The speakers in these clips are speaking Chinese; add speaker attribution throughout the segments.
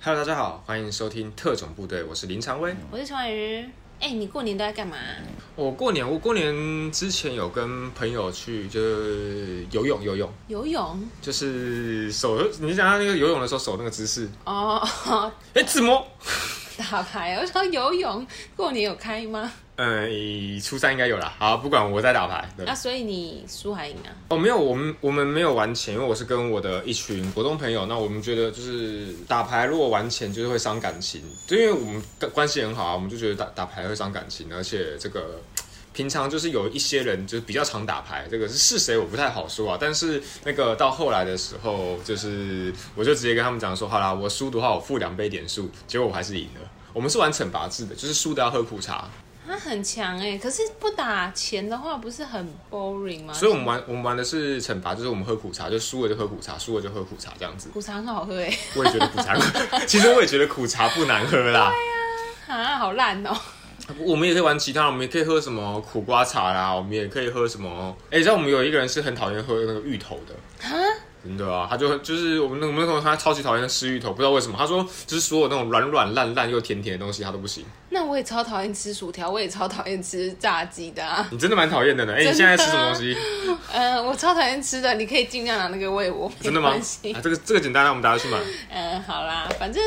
Speaker 1: Hello，大家好，欢迎收听特种部队，我是林长威。
Speaker 2: 我是陈婉瑜。哎、你过年都在干嘛？
Speaker 1: 我过年，我过年之前有跟朋友去，就是游泳，游泳，
Speaker 2: 游泳
Speaker 1: 就是手，你想他那个游泳的时候手那个姿势，
Speaker 2: 哦，
Speaker 1: 哎，自摸。
Speaker 2: 打牌。我想游泳，过年有开吗？
Speaker 1: 呃，初三应该有啦。好，不管我在打牌。对
Speaker 2: 啊，所以你输还赢啊？
Speaker 1: 哦，没有，我们我们没有玩钱，因为我是跟我的一群国中朋友。那我们觉得就是打牌，如果玩钱就是会伤感情，就因为我们关系很好啊，我们就觉得打打牌会伤感情，而且这个平常就是有一些人就是比较常打牌，这个是是谁我不太好说啊。但是那个到后来的时候，就是我就直接跟他们讲说，好啦，我输的话我付两倍点数，结果我还是赢了。我们是玩惩罚制的，就是输的要喝苦茶，
Speaker 2: 他很强哎、可是不打钱的话，不是很 boring 吗？
Speaker 1: 所以我们玩我们玩的是惩罚，就是我们喝苦茶，就输了就喝苦茶，输了就喝苦茶这样子。
Speaker 2: 苦茶很好喝哎、
Speaker 1: 我也觉得苦 茶，其实我也觉得苦茶不难喝啦。
Speaker 2: 啊，好烂哦、
Speaker 1: 我们也可以玩其他，我们也可以喝什么苦瓜茶啦，我们也可以喝什么。哎、你知道我们有一个人是很讨厌喝那个芋头的。真的啊，他就就是我们那我们那时候他超级讨厌吃芋头，不知道为什么。他说就是所有那种软软烂烂又甜甜的东西他都不行。
Speaker 2: 那我也超讨厌吃薯条，我也超讨厌吃炸鸡的啊。
Speaker 1: 你真的蛮讨厌的呢。哎、你现
Speaker 2: 真的
Speaker 1: 在
Speaker 2: 啊
Speaker 1: 吃什么东西？
Speaker 2: 呃，我超讨厌吃的，你可以尽量拿那个喂我，
Speaker 1: 真的吗？
Speaker 2: 没关系
Speaker 1: 啊，这个这个简单，让我们大家去买。
Speaker 2: 嗯，好啦，反正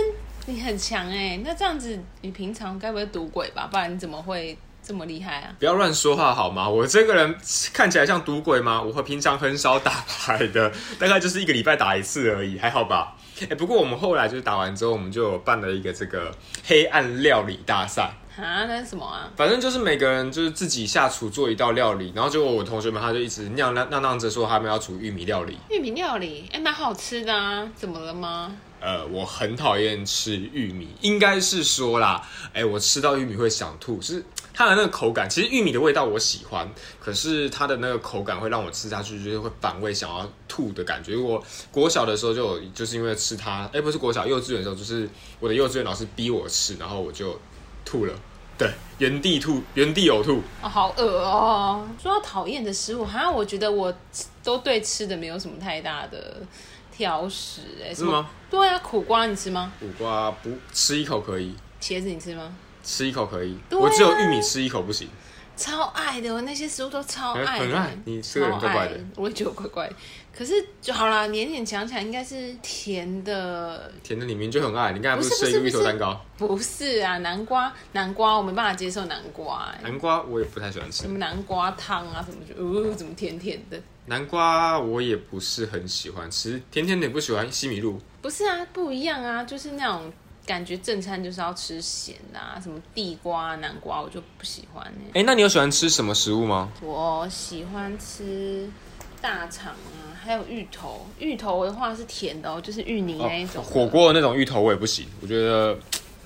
Speaker 2: 你很强哎、那这样子你平常该不会赌鬼吧？不然你怎么会这么厉害啊？
Speaker 1: 不要乱说话好吗？我这个人看起来像赌鬼吗？我和平常很少打牌的，大概就是一个礼拜打一次而已，还好吧？哎、不过我们后来就是打完之后，我们就有办了一个这个黑暗料理大赛。
Speaker 2: 啊，那是什么啊？
Speaker 1: 反正就是每个人就是自己下厨做一道料理，然后结果我同学们他就一直酿酿酿酿着说他们要煮玉米料理。
Speaker 2: 玉米料理，哎、蛮好吃的啊，怎么了吗？
Speaker 1: 呃，我很讨厌吃玉米，应该是说啦，哎、我吃到玉米会想吐，是它的那个口感。其实玉米的味道我喜欢，可是它的那个口感会让我吃下去就是会反胃，想要吐的感觉。我国小的时候就有，就是因为吃它，哎、不是国小，幼稚园的时候，就是我的幼稚园老师逼我吃，然后我就吐了，对，原地吐，原地呕吐。
Speaker 2: 哦，好恶哦！说到讨厌的食物，哈，我觉得我都对吃的没有什么太大的挑食、哎，什
Speaker 1: 是吗
Speaker 2: 么？对啊，苦瓜你吃吗？
Speaker 1: 苦瓜不吃一口可以，
Speaker 2: 茄子你吃吗？
Speaker 1: 吃一口可以，
Speaker 2: 对啊
Speaker 1: 我只有玉米吃一口不行。
Speaker 2: 超爱的，我那些食物都超
Speaker 1: 很
Speaker 2: 爱的，
Speaker 1: 哎很爱你这个人
Speaker 2: 超
Speaker 1: 怪怪的
Speaker 2: 爱，我也觉得我怪怪的。可是就好啦，勉勉强强应该是甜的，
Speaker 1: 甜的你明明就很爱，你刚才不是
Speaker 2: 不是
Speaker 1: 吃了一个
Speaker 2: 不
Speaker 1: 芋
Speaker 2: 是
Speaker 1: 头蛋糕？
Speaker 2: 不是啊？南瓜，南瓜我没办法接受南瓜、哎
Speaker 1: 南瓜我也不太喜欢吃
Speaker 2: 什，么南瓜汤啊，什么就呜、怎么甜甜的？
Speaker 1: 南瓜我也不是很喜欢吃。甜甜的也不喜欢西米露，
Speaker 2: 不是啊，不一样啊，就是那种感觉正餐就是要吃咸的啊，什么地瓜、南瓜我就不喜欢、欸。
Speaker 1: 哎、那你有喜欢吃什么食物吗？
Speaker 2: 我喜欢吃大肠啊，还有芋头。芋头的话是甜的哦，就是芋泥那一种、
Speaker 1: 火。锅的那种芋头我也不行，我觉得嘖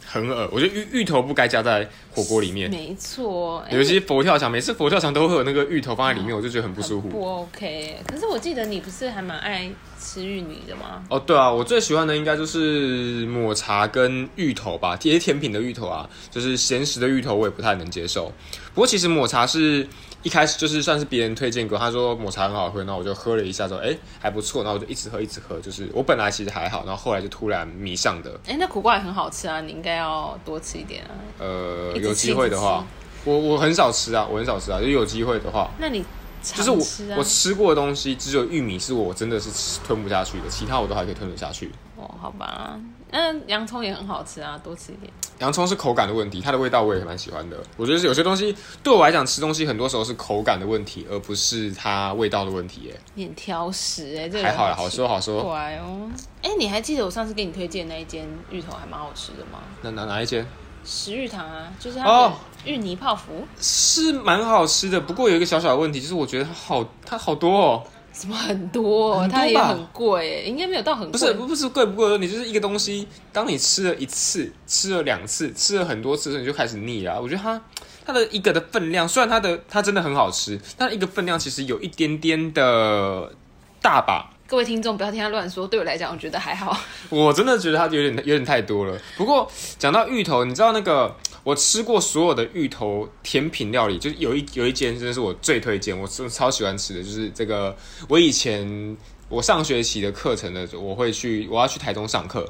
Speaker 1: 很恶我觉得芋芋头不该加在火锅里面，
Speaker 2: 没错，哎
Speaker 1: 尤其佛跳墙，每次佛跳墙都会有那个芋头放在
Speaker 2: 啊
Speaker 1: 里面，我就觉得很不舒
Speaker 2: 很不
Speaker 1: 服。
Speaker 2: OK。可是我记得你不是还蛮爱吃芋泥的吗？
Speaker 1: 哦，对啊，我最喜欢的应该就是抹茶跟芋头吧，也是甜品的芋头啊，就是咸食的芋头我也不太能接受。不过其实抹茶是一开始就是算是别人推荐给我，他说抹茶很好喝，然后我就喝了一下之后，哎、还不错，然后我就一直喝一直喝，就是我本来其实还好，然后后来就突然迷上的。
Speaker 2: 哎、那苦瓜也很好吃啊，你应该要多吃一点啊。
Speaker 1: 呃，
Speaker 2: 一直
Speaker 1: 有
Speaker 2: 吃
Speaker 1: 机会的话，我我很少吃啊，我很少吃啊，就有机会的话，
Speaker 2: 那你
Speaker 1: 就
Speaker 2: 常
Speaker 1: 是我
Speaker 2: 吃啊
Speaker 1: 我吃过的东西只有玉米是我真的是吃吞不下去的，其他我都还可以吞得下去。
Speaker 2: 哦，好吧，嗯，洋葱也很好吃啊，多吃一点。
Speaker 1: 洋葱是口感的问题，它的味道我也蛮喜欢的。我觉得是有些东西对我来讲，吃东西很多时候是口感的问题，而不是它味道的问题。耶。
Speaker 2: 你很挑食哎、这个
Speaker 1: 还好啦，
Speaker 2: 人
Speaker 1: 好说好说。
Speaker 2: 乖哦。哎、你还记得我上次给你推荐那一间芋头还蛮好吃的吗？
Speaker 1: 那哪哪一间
Speaker 2: 食玉堂啊，就是它
Speaker 1: 哦
Speaker 2: 的芋泥泡芙。
Speaker 1: 是蛮好吃的，不过有一个小小的问题，就是我觉得它好它好多哦，
Speaker 2: 什么很多、
Speaker 1: 很多吧
Speaker 2: 它也很贵、哎应该没有到很贵。
Speaker 1: 不是不不是贵不贵的问题，就是一个东西，当你吃了一次、吃了两次、吃了很多次的时候，你就开始腻了啊。我觉得它它的一个的分量，虽然它的它真的很好吃，但一个分量其实有一点点的大吧。
Speaker 2: 各位听众不要听他乱说，对我来讲我觉得还好。
Speaker 1: 我真的觉得它有点有点太多了。不过讲到芋头，你知道那个我吃过所有的芋头甜品料理，就是有一有一间真的是我最推荐，我真的超喜欢吃的，就是这个我以前我上学期的课程呢，我会去我要去台中上课。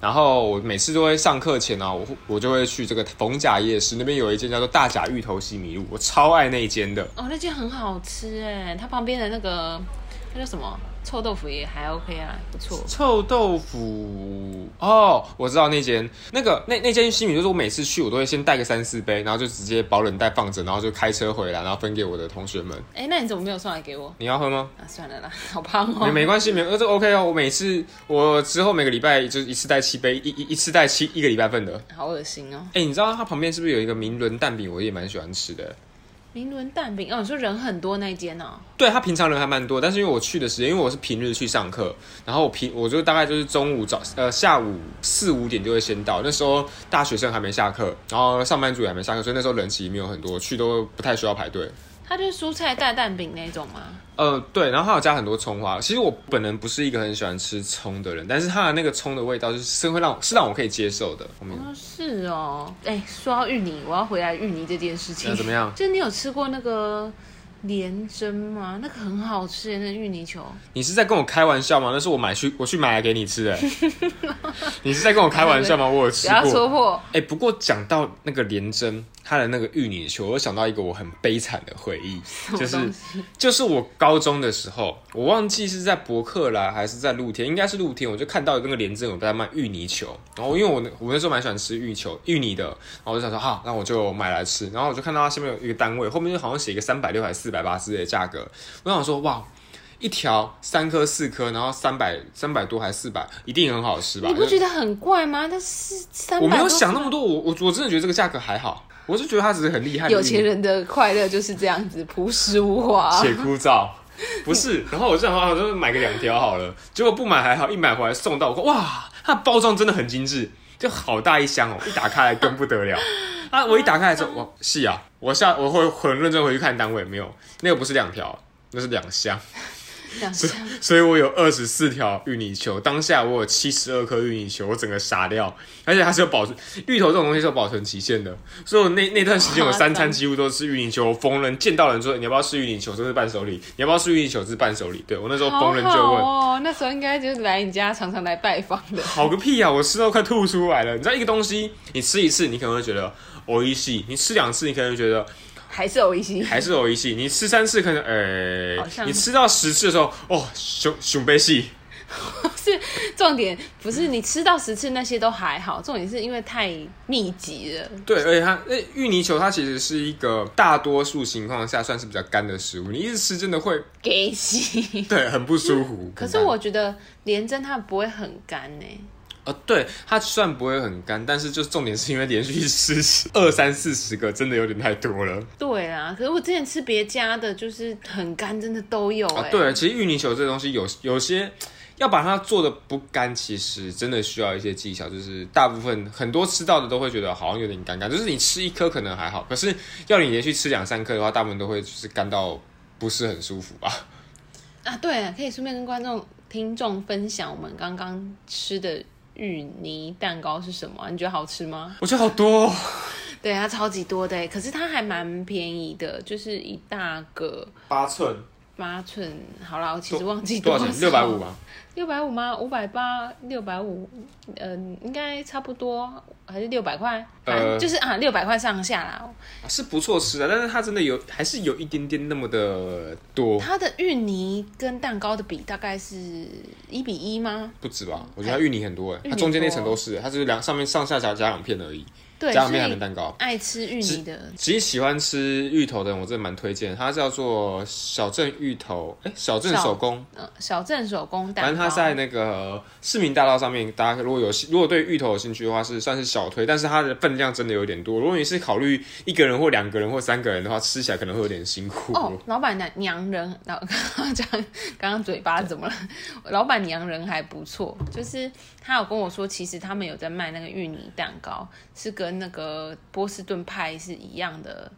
Speaker 1: 然后我每次都会上课前呢、啊，我我就会去这个逢甲夜市那边有一间叫做大甲芋头西米露，我超爱那一间的。
Speaker 2: 哦，那间很好吃哎，它旁边的那个那叫什么臭豆腐也还 OK 啊，不错。
Speaker 1: 臭豆腐哦，我知道那间那个那那间西米露，就是我每次去我都会先带个三四杯，然后就直接保冷袋放着，然后就开车回来，然后分给我的同学们。
Speaker 2: 哎，那你怎么没有送来给我？
Speaker 1: 你要喝吗？
Speaker 2: 啊，算了啦， 好胖哦。
Speaker 1: 没没关系，没呃这 OK 哦。我每次我之后每个礼拜就是一次带七杯，一一一次带七一个礼拜份的。
Speaker 2: 好恶心哦。
Speaker 1: 哎、你知道它旁边是不是有一个明伦蛋饼？我也蛮喜欢吃的。
Speaker 2: 明伦蛋饼哦，你说人很多那一间哦，
Speaker 1: 对，它平常人还蛮多，但是因为我去的时间，因为我是平日去上课，然后我平我就大概就是中午早呃下午四五点就会先到，那时候大学生还没下课，然后上班族也还没下课，所以那时候人其实没有很多，去都不太需要排队。
Speaker 2: 它就是蔬菜大蛋饼那种吗？
Speaker 1: 呃，对，然后还有加很多葱花。其实我本人不是一个很喜欢吃葱的人，但是它的那个葱的味道就是是会让我是让我可以接受的。后面
Speaker 2: 哦，是哦。哎、说到芋泥，我要回来芋泥这件事情
Speaker 1: 那。怎么样？
Speaker 2: 就你有吃过那个莲蒸吗？那个很好吃耶，那芋泥球。
Speaker 1: 你是在跟我开玩笑吗？那是我买去我去买来给你吃 的、你是在跟我开玩笑吗？我有
Speaker 2: 不
Speaker 1: 吃
Speaker 2: 要
Speaker 1: 过。
Speaker 2: 戳破。
Speaker 1: 哎、不过讲到那个连针，他的那个芋泥球，我想到一个我很悲惨的回忆，就是
Speaker 2: 东
Speaker 1: 就是我高中的时候，我忘记是在博客来还是在露天，应该是露天，我就看到那个连针有在卖芋泥球，然后因为我那我那时候蛮喜欢吃芋球芋泥的，然后我就想说哈、那我就买来吃，然后我就看到它下面有一个单位，后面就好像写一个三百六还是四百八之类的价格，我想说哇。一条三颗四颗，然后三百三百多还是四百，一定很好吃吧？
Speaker 2: 你不
Speaker 1: 那
Speaker 2: 觉得很怪吗？但是三
Speaker 1: 我
Speaker 2: 百，
Speaker 1: 没有想那么多，我我我真的觉得这个价格还好，我是觉得它只是很厉害，
Speaker 2: 有钱人啊的快乐就是这样子，朴实无华。
Speaker 1: 且枯燥，不是。然后我就想说，啊我就买个两条好了，结果不买还好，一买回来送到我，哇，它的包装真的很精致，就好大一箱哦，一打开来更不 得了。啊！我一打开来之后，我是啊，我下我会很认真回去看单位，没有那个不是两条，那是两箱，
Speaker 2: 两箱
Speaker 1: 所以我有二十四条芋泥球，当下我有七十二颗芋泥球，我整个傻掉，而且它是有保存芋头这种东西是有保存期限的，所以我那那段时
Speaker 2: 哦
Speaker 1: 间我三餐几乎都吃芋泥球，我逢人见到人说你要不要吃芋泥球，这是伴手礼，你要不要吃芋泥球，这是伴手礼，对我那时候
Speaker 2: 好
Speaker 1: 逢人就问。
Speaker 2: 好哦，那时候应该就是来你家常常来拜访的。
Speaker 1: 好个屁啊！我吃到快吐出来了。你知道一个东西，你吃一次，你可能会觉得哦一系；你吃两次，你可能会觉得
Speaker 2: 还是有一些，
Speaker 1: 还是哦一系；你吃三次，可能哎、
Speaker 2: 好像
Speaker 1: 你吃到十次的时候，哦熊熊杯系。
Speaker 2: 是重点不是你吃到十次那些都还好，重点是因为太密集了。
Speaker 1: 对，而且它那芋泥球，它其实是一个大多数情况下算是比较干的食物，你一直吃真的会
Speaker 2: 给洗。
Speaker 1: 对很不舒服。
Speaker 2: 可是我觉得连针它不会很干呢、欸
Speaker 1: 呃，对它虽然不会很干，但是就是重点是因为连续吃二三四十个，真的有点太多了
Speaker 2: 对啦，可是我之前吃别家的，就是很干，真的都有
Speaker 1: 啊。
Speaker 2: 哎、
Speaker 1: 对，其实芋泥球这东西有有些。要把它做的不干，其实真的需要一些技巧。就是大部分很多吃到的都会觉得好像有点干干，就是你吃一颗可能还好，可是要你连续吃两三颗的话，大部分都会就是干到不是很舒服吧。
Speaker 2: 啊，对，可以顺便跟观众、听众分享我们刚刚吃的芋泥蛋糕是什么啊、你觉得好吃吗？
Speaker 1: 我觉得好多、哦，
Speaker 2: 对，它超级多的欸，可是它还蛮便宜的，就是一大个
Speaker 1: 八寸，
Speaker 2: 八寸。好啦，我其实
Speaker 1: 多
Speaker 2: 忘记
Speaker 1: 多
Speaker 2: 多
Speaker 1: 少钱？六百五，吧。
Speaker 2: 六百五吗？五百八，六百五，嗯，应该差不多，还是六百块，反正
Speaker 1: 呃
Speaker 2: 就是啊，六百块上下啦。
Speaker 1: 是不错吃的，但是它真的有还是有一点点那么的多，
Speaker 2: 它的芋泥跟蛋糕的比大概是一比一吗？
Speaker 1: 不止吧？我觉得它芋泥很多哎
Speaker 2: 芋，泥
Speaker 1: 它中间那层都是，它就是两上面上下夹夹两片而已，
Speaker 2: 对，
Speaker 1: 夹
Speaker 2: 所
Speaker 1: 两片还没
Speaker 2: 以
Speaker 1: 蛋糕。
Speaker 2: 爱吃芋泥的
Speaker 1: 其实喜欢吃芋头的人，我真的蛮推荐，它叫做小镇芋头，哎、小镇
Speaker 2: 小
Speaker 1: 手工，
Speaker 2: 呃小镇手工蛋
Speaker 1: 反
Speaker 2: 糕，
Speaker 1: 正它在那个市民大道上面，大家如果有如果对芋头有兴趣的话，是算是小推，但是它的分量真的有点多。如果你是考虑一个人或两个人或三个人的话，吃起来可能会有点辛苦。
Speaker 2: 哦，老板娘娘人老 这样，刚刚嘴巴怎么了？ 老板娘人还不错，就是他有跟我说，其实他们有在卖那个芋泥蛋糕，是跟那个波士顿派是一样的，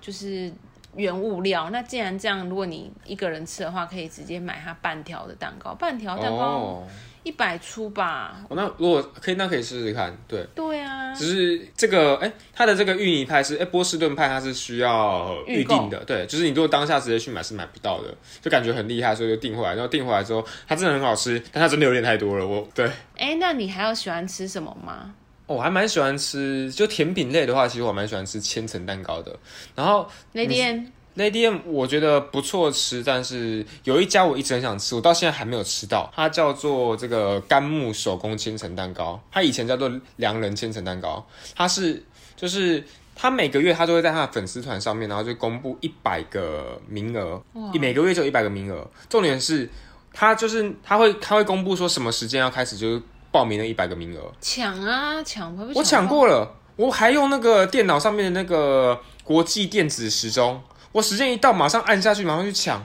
Speaker 2: 就是原物料。那既然这样，如果你一个人吃的话，可以直接买它半条的蛋糕，半条蛋糕
Speaker 1: 哦，
Speaker 2: 一百出吧。
Speaker 1: 那如果可以，那可以试试看。对，
Speaker 2: 对啊，啊，
Speaker 1: 只是这个，哎、它的这个芋泥派是，哎、波士顿派它是需要
Speaker 2: 预
Speaker 1: 预
Speaker 2: 购
Speaker 1: 定的，对，就是你如果当下直接去买是买不到的，就感觉很厉害，所以就订回来。然后订回来之后，它真的很好吃，但它真的有点太多了。我对，
Speaker 2: 哎、那你还有喜欢吃什么吗？
Speaker 1: 哦我还蛮喜欢吃，就甜品类的话，其实我蛮喜欢吃千层蛋糕的。然后
Speaker 2: 雷电
Speaker 1: Lady M 我觉得不错吃，但是有一家我一直很想吃，我到现在还没有吃到，它叫做这个甘木手工千层蛋糕，它以前叫做良人千层蛋糕，它是就是。它每个月它都会在它的粉丝团上面，然后就公布一百个名额，每个月就有一百个名额。重点是，它就是它会它会公布说什么时间要开始就是报名那一百个名额，
Speaker 2: 抢啊抢，会不会
Speaker 1: 我抢
Speaker 2: 到
Speaker 1: 过了，我还用那个电脑上面的那个国际电子时钟，我时间一到马上按下去，马上去抢。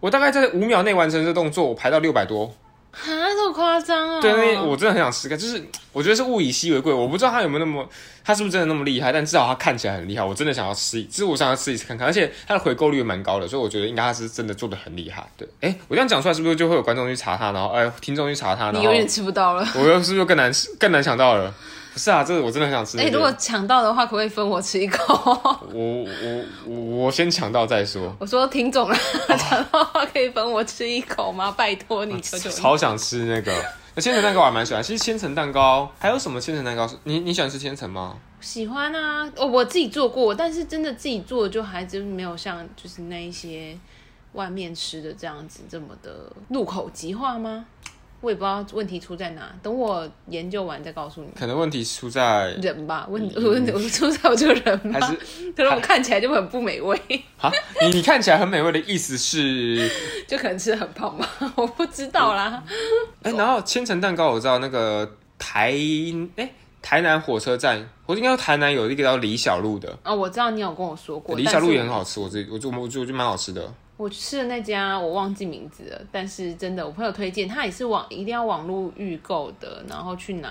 Speaker 1: 我大概在五秒内完成这动作，我排到六百多。
Speaker 2: 啊，这么夸张哦！
Speaker 1: 对，因为我真的很想吃个，就是我觉得是物以稀为贵，我不知道它有没有那么，它是不是真的那么厉害，但至少它看起来很厉害，我真的想要吃一，其实我想要吃一次看看，而且它的回购率也蛮高的，所以我觉得应该它是真的做的很厉害。对，哎、我这样讲出来是不是就会有观众去查它，然后哎、听众去查它，然
Speaker 2: 你
Speaker 1: 后
Speaker 2: 有点吃不到了。
Speaker 1: 我又是不是更难吃更难想到了？不是啊，这个我真的很想吃。
Speaker 2: 哎、如果抢到的话，可不可以分我吃一口？
Speaker 1: 我我我我先抢到再说，
Speaker 2: 我说听懂了，
Speaker 1: 哦
Speaker 2: 抢到的话可以分我吃一口吗？拜托你，求求你。
Speaker 1: 啊超想吃那个。那千层蛋糕我还蛮喜欢，其实千层蛋糕还有什么千层蛋糕是？你你喜欢吃千层吗？
Speaker 2: 喜欢啊，我我自己做过，但是真的自己做就还真没有像就是那一些外面吃的这样子这么的入口即化吗？我也不知道问题出在哪，等我研究完再告诉你。
Speaker 1: 可能问题出在
Speaker 2: 人吧，问问我出在我这个人
Speaker 1: 嗯还
Speaker 2: 吧，可能我看起来就很不美味，
Speaker 1: 啊，你你看起来很美味的意思是，
Speaker 2: 就可能吃的很胖吧， 我不知道啦。
Speaker 1: 哎、然后千层蛋糕我知道那个台哎、台南火车站，我应该说台南有一个叫李小璐的，
Speaker 2: 啊、我知道你有跟我说过，
Speaker 1: 李小璐也
Speaker 2: 但
Speaker 1: 很
Speaker 2: 是
Speaker 1: 好吃，我自己我就我就我就蛮好吃的。
Speaker 2: 我吃的那家我忘记名字了，但是真的我朋友推荐，他也是网一定要网络预购的，然后去拿。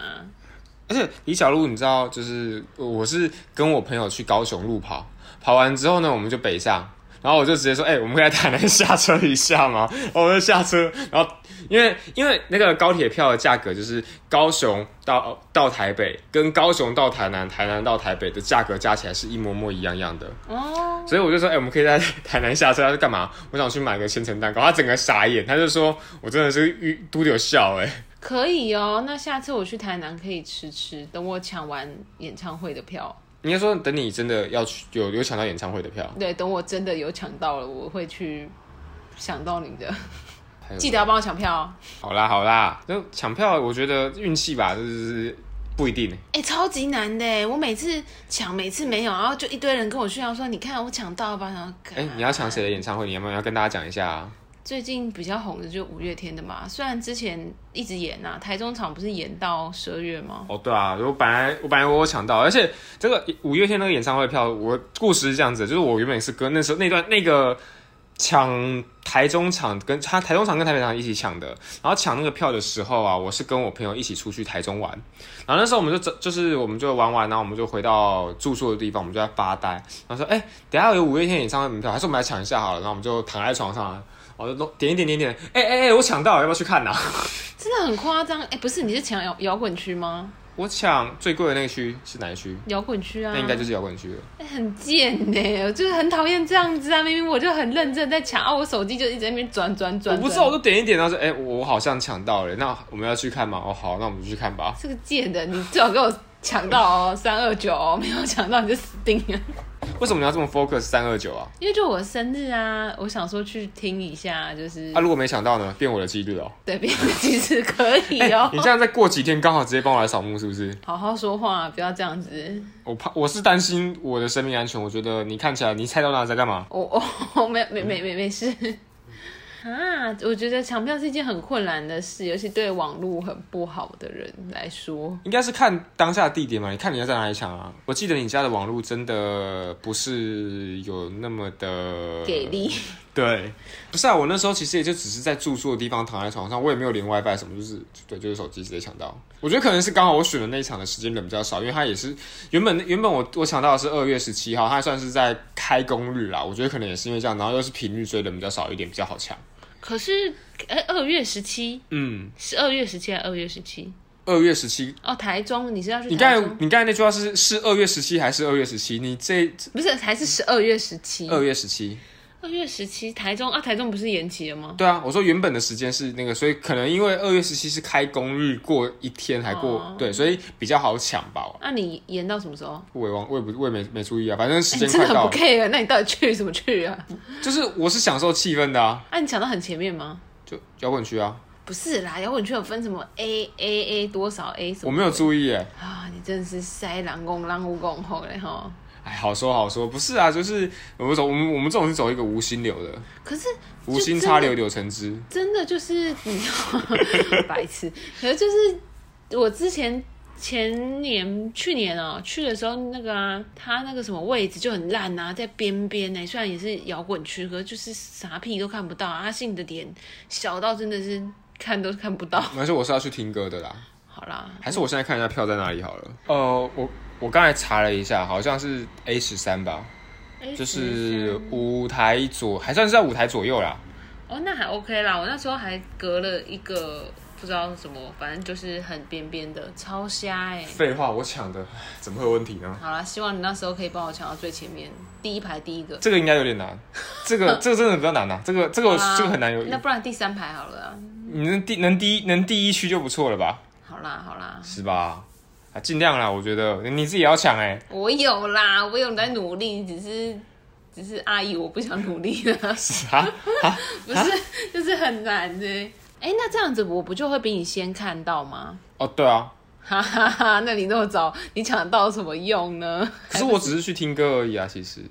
Speaker 1: 而且李小璐，你知道，就是我是跟我朋友去高雄路跑，跑完之后呢，我们就北上，然后我就直接说，哎、我们可以来台南下车一下吗？ 然后我就下车，然后因为因为那个高铁票的价格就是高雄到到台北跟高雄到台南，台南到台北的价格加起来是一模模一样样的，
Speaker 2: 哦，
Speaker 1: 所以我就说，哎、我们可以在台南下车，他说干嘛？我想去买个千层蛋糕，他整个傻眼，他就说我真的是遇都有笑、哎。
Speaker 2: 可以哦，那下次我去台南可以吃吃，等我抢完演唱会的票，
Speaker 1: 应该说，等你真的要去有有抢到演唱会的票，
Speaker 2: 对，等我真的有抢到了，我会去想到你的，
Speaker 1: 还有
Speaker 2: 记得要帮我抢票、哦。
Speaker 1: 好啦好啦，就抢票，我觉得运气吧，就是不一定。
Speaker 2: 哎、超级难的耶！我每次抢，每次没有，然后就一堆人跟我炫耀说：“你看我抢到了吧？”然后，
Speaker 1: 哎、你要抢谁的演唱会？你要不要跟大家讲一下啊？
Speaker 2: 最近比较红的就是五月天的嘛，虽然之前一直演呐、台中场不是演到十二月吗？
Speaker 1: 哦，对啊，我本来我本来我有抢到，而且这个五月天那个演唱会票，我故事是这样子，就是我原本是跟那时候那段那个抢台中场跟他台中场跟台北场一起抢的，然后抢那个票的时候啊，我是跟我朋友一起出去台中玩，然后那时候我们就走就是我们就玩完，然后我们就回到住宿的地方，我们就在发呆，然后说哎、等一下有五月天演唱会门票，还是我们来抢一下好了，然后我们就躺在床上。啊我就弄点一点点点，哎哎哎，我抢到了，要不要去看啊呐、
Speaker 2: 真的很夸张！哎、不是，你是抢摇摇滚区吗？
Speaker 1: 我抢最贵的那个区是哪一区？
Speaker 2: 摇滚区啊，
Speaker 1: 那应该就是摇滚区了。
Speaker 2: 哎很贱呢，我就是很讨厌这样子啊！明明我就很认真在抢啊，我手机就一直在那边转转转。
Speaker 1: 我不知
Speaker 2: 转
Speaker 1: 道，我就点一点，然后说，哎、我我好像抢到了，那我们要去看吗？哦，好，那我们就去看吧。
Speaker 2: 这个贱的，你最好给我抢到哦，三二九哦，没有抢到你就死定了。
Speaker 1: 为什么你要这么 focus 三二九啊？
Speaker 2: 因为就我生日啊，我想说去听一下，就是、
Speaker 1: 啊，如果没抢到呢，变我的几率哦。哎
Speaker 2: 对别人其实可以哦、
Speaker 1: 你这样再过几天刚好直接帮我来扫墓，是不是？
Speaker 2: 好好说话，啊不要这样子。
Speaker 1: 我怕我是担心我的生命安全，我觉得你看起来你猜到那在干嘛？
Speaker 2: 我我我没没没没没事啊！我觉得抢票是一件很困难的事，尤其对网络很不好的人来说。
Speaker 1: 应该是看当下地点嘛，你看你要在哪里抢啊？我记得你家的网络真的不是有那么的
Speaker 2: 给力，
Speaker 1: 对，不是啊，我那时候其实也就只是在住宿的地方躺在床上，我也没有连 WiFi 什么，就是对，就是手机直接抢到。我觉得可能是刚好我选的那一场的时间人比较少，因为它也是原本 原本我我抢到的是二月十七号，它算是在开工日啦。我觉得可能也是因为这样，然后又是平日，所以人比较少一点，比较好抢。
Speaker 2: 可是哎，二、月十七
Speaker 1: 嗯，
Speaker 2: 是二月十七还是二月十七？
Speaker 1: 二月十七。
Speaker 2: 哦，台中，你是要去
Speaker 1: 你刚
Speaker 2: 台
Speaker 1: 才
Speaker 2: 中？
Speaker 1: 你刚才那句话是是二月十七还是二月十七？你这
Speaker 2: 不是，还是十二月十七？
Speaker 1: 二月十七，
Speaker 2: 二月十七，台中啊，台中不是延期了吗？
Speaker 1: 对啊，我说原本的时间是那个，所以可能因为二月十七是开工日，过一天还过、
Speaker 2: 哦
Speaker 1: 对，所以比较好抢吧。
Speaker 2: 那、啊你延到什么时候？
Speaker 1: 我也忘，我也不，我也没没注意啊，反正时
Speaker 2: 哎
Speaker 1: 间
Speaker 2: 你真
Speaker 1: 快
Speaker 2: 的很
Speaker 1: 到
Speaker 2: 不
Speaker 1: 了，
Speaker 2: care，那你到底去什么去啊？
Speaker 1: 就是我是享受气氛的啊，
Speaker 2: 啊，你抢到很前面吗？
Speaker 1: 就摇滚区啊，
Speaker 2: 不是啦，摇滚圈有分什么 A A A 多少 A 什么的？
Speaker 1: 我没有注意哎，
Speaker 2: 啊，你真的是塞狼公狼无公吼嘞吼！
Speaker 1: 哎，好说好说，不是啊，就是我们走，我们我们这种是走一个无心流的，
Speaker 2: 可是
Speaker 1: 无
Speaker 2: 就
Speaker 1: 心
Speaker 2: 真
Speaker 1: 插
Speaker 2: 的
Speaker 1: 柳柳成枝，
Speaker 2: 真的就是你 白痴，可是就是我之前前年去年哦、去的时候，那个啊，他那个什么位置就很烂啊，在边边呢，虽然也是摇滚区，可是就是啥屁都看不到、啊。阿信的脸小到真的是看都看不到。
Speaker 1: 反正我是要去听歌的啦。
Speaker 2: 好啦，
Speaker 1: 还是我现在看一下票在哪里好了。呃，我我刚才查了一下，好像是 A 十三吧，
Speaker 2: 哎
Speaker 1: 就是舞台左，还算是在舞台左右啦。
Speaker 2: 哦，那还 OK 啦。我那时候还隔了一个不知道什么，反正就是很边边的，超瞎哎、
Speaker 1: 废话，我抢的，怎么会有问题呢？
Speaker 2: 好啦，希望你那时候可以帮我抢到最前面第一排第一个。
Speaker 1: 这个应该有点难，这个这个真的比较难啊，这个这个、
Speaker 2: 啊
Speaker 1: 这个很难有，
Speaker 2: 那不然第三排好了啊、
Speaker 1: 你能第能第一能第一区就不错了吧，
Speaker 2: 好啦好啦，
Speaker 1: 是吧？啊，尽量啦，我觉得你自己也要抢哎、
Speaker 2: 我有啦，我有在努力，只是只是阿姨我不想努力了，
Speaker 1: 啊，
Speaker 2: 不是 就是很难呢、哎、那这样子我不就会比你先看到吗？
Speaker 1: 哦，对啊，
Speaker 2: 哈哈哈，那你那么早，你抢得到有什么用呢？
Speaker 1: 可是我只是去听歌而已啊，其实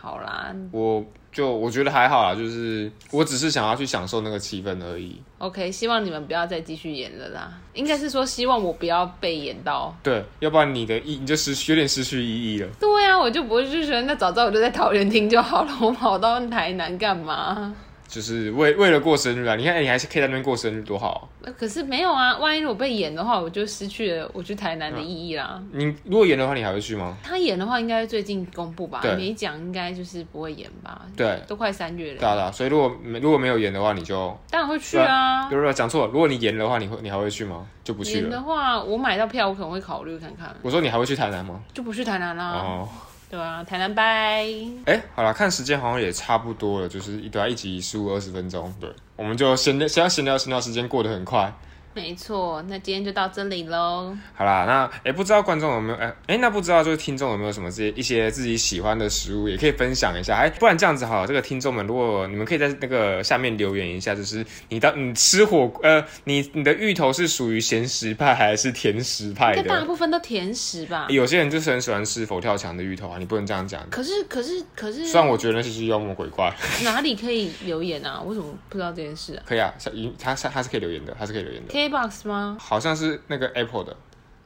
Speaker 2: 好啦
Speaker 1: 我就我觉得还好啦，就是我只是想要去享受那个气氛而已。
Speaker 2: ，OK，希望你们不要再继续演了啦。应该是说希望我不要被演到。
Speaker 1: 对，要不然你的意你就失去有点失去意义了。
Speaker 2: 对啊，我就不会就觉得那早知道我就在桃园听就好了，我跑到台南干嘛？
Speaker 1: 就是为为了过生日啊，你看、哎你还是可以在那边过生日，多好、
Speaker 2: 呃可是没有啊，万一我被演的话，我就失去了我去台南的意义啦。
Speaker 1: 你如果演的话，你还会去吗？
Speaker 2: 他演的话，应该最近公布吧？
Speaker 1: 对
Speaker 2: 没讲应该就是不会演吧？
Speaker 1: 对，
Speaker 2: 都快三月
Speaker 1: 对啊对
Speaker 2: 了，
Speaker 1: 啊。所以如果没如果没有演的话，你就
Speaker 2: 当然会去啊
Speaker 1: 比。如说讲错了，如果你演的话，你会你还会去吗？就不去
Speaker 2: 演
Speaker 1: 了。
Speaker 2: 的话，我买到票，我可能会考虑看看，
Speaker 1: 我说你还会去台南吗？
Speaker 2: 就不去台南啦。
Speaker 1: 哦，
Speaker 2: 对啊，台南拜。
Speaker 1: 哎、好了，看时间好像也差不多了，就是一对啊一集十五二十分钟，对，我们就闲聊，先闲聊闲聊，时间过得很快。
Speaker 2: 没错，那今天就到这里喽。
Speaker 1: 好啦，那哎、诶不知道观众有没有哎哎、诶那不知道就是听众有没有什么这些一些自己喜欢的食物，也可以分享一下。哎、不然这样子好了，这个听众们，如果你们可以在那个下面留言一下，就是你到你吃火呃，你你的芋头是属于咸食派还是甜食派
Speaker 2: 应该
Speaker 1: 的？
Speaker 2: 大部分都甜食吧？
Speaker 1: 有些人就是很喜欢吃佛跳墙的芋头啊，你不能这样讲。
Speaker 2: 可是可是可是，
Speaker 1: 虽然我觉得那是妖魔鬼怪，
Speaker 2: 哪里可以留言啊？我怎么不知道这件事啊
Speaker 1: 可以啊，下他他他是可以留言的，他是可以留言的，
Speaker 2: ？KBox 吗？
Speaker 1: 好像是那个 Apple 的。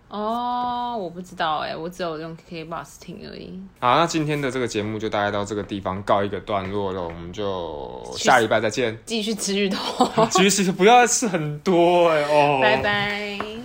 Speaker 2: 哦，我不知道哎、我只有用 K Bus 听而已。
Speaker 1: 好，那今天的这个节目就大概到这个地方告一个段落了，我们就下礼拜再见。
Speaker 2: 继续吃芋头，
Speaker 1: 其实不要吃很多哎、哦，
Speaker 2: 拜拜。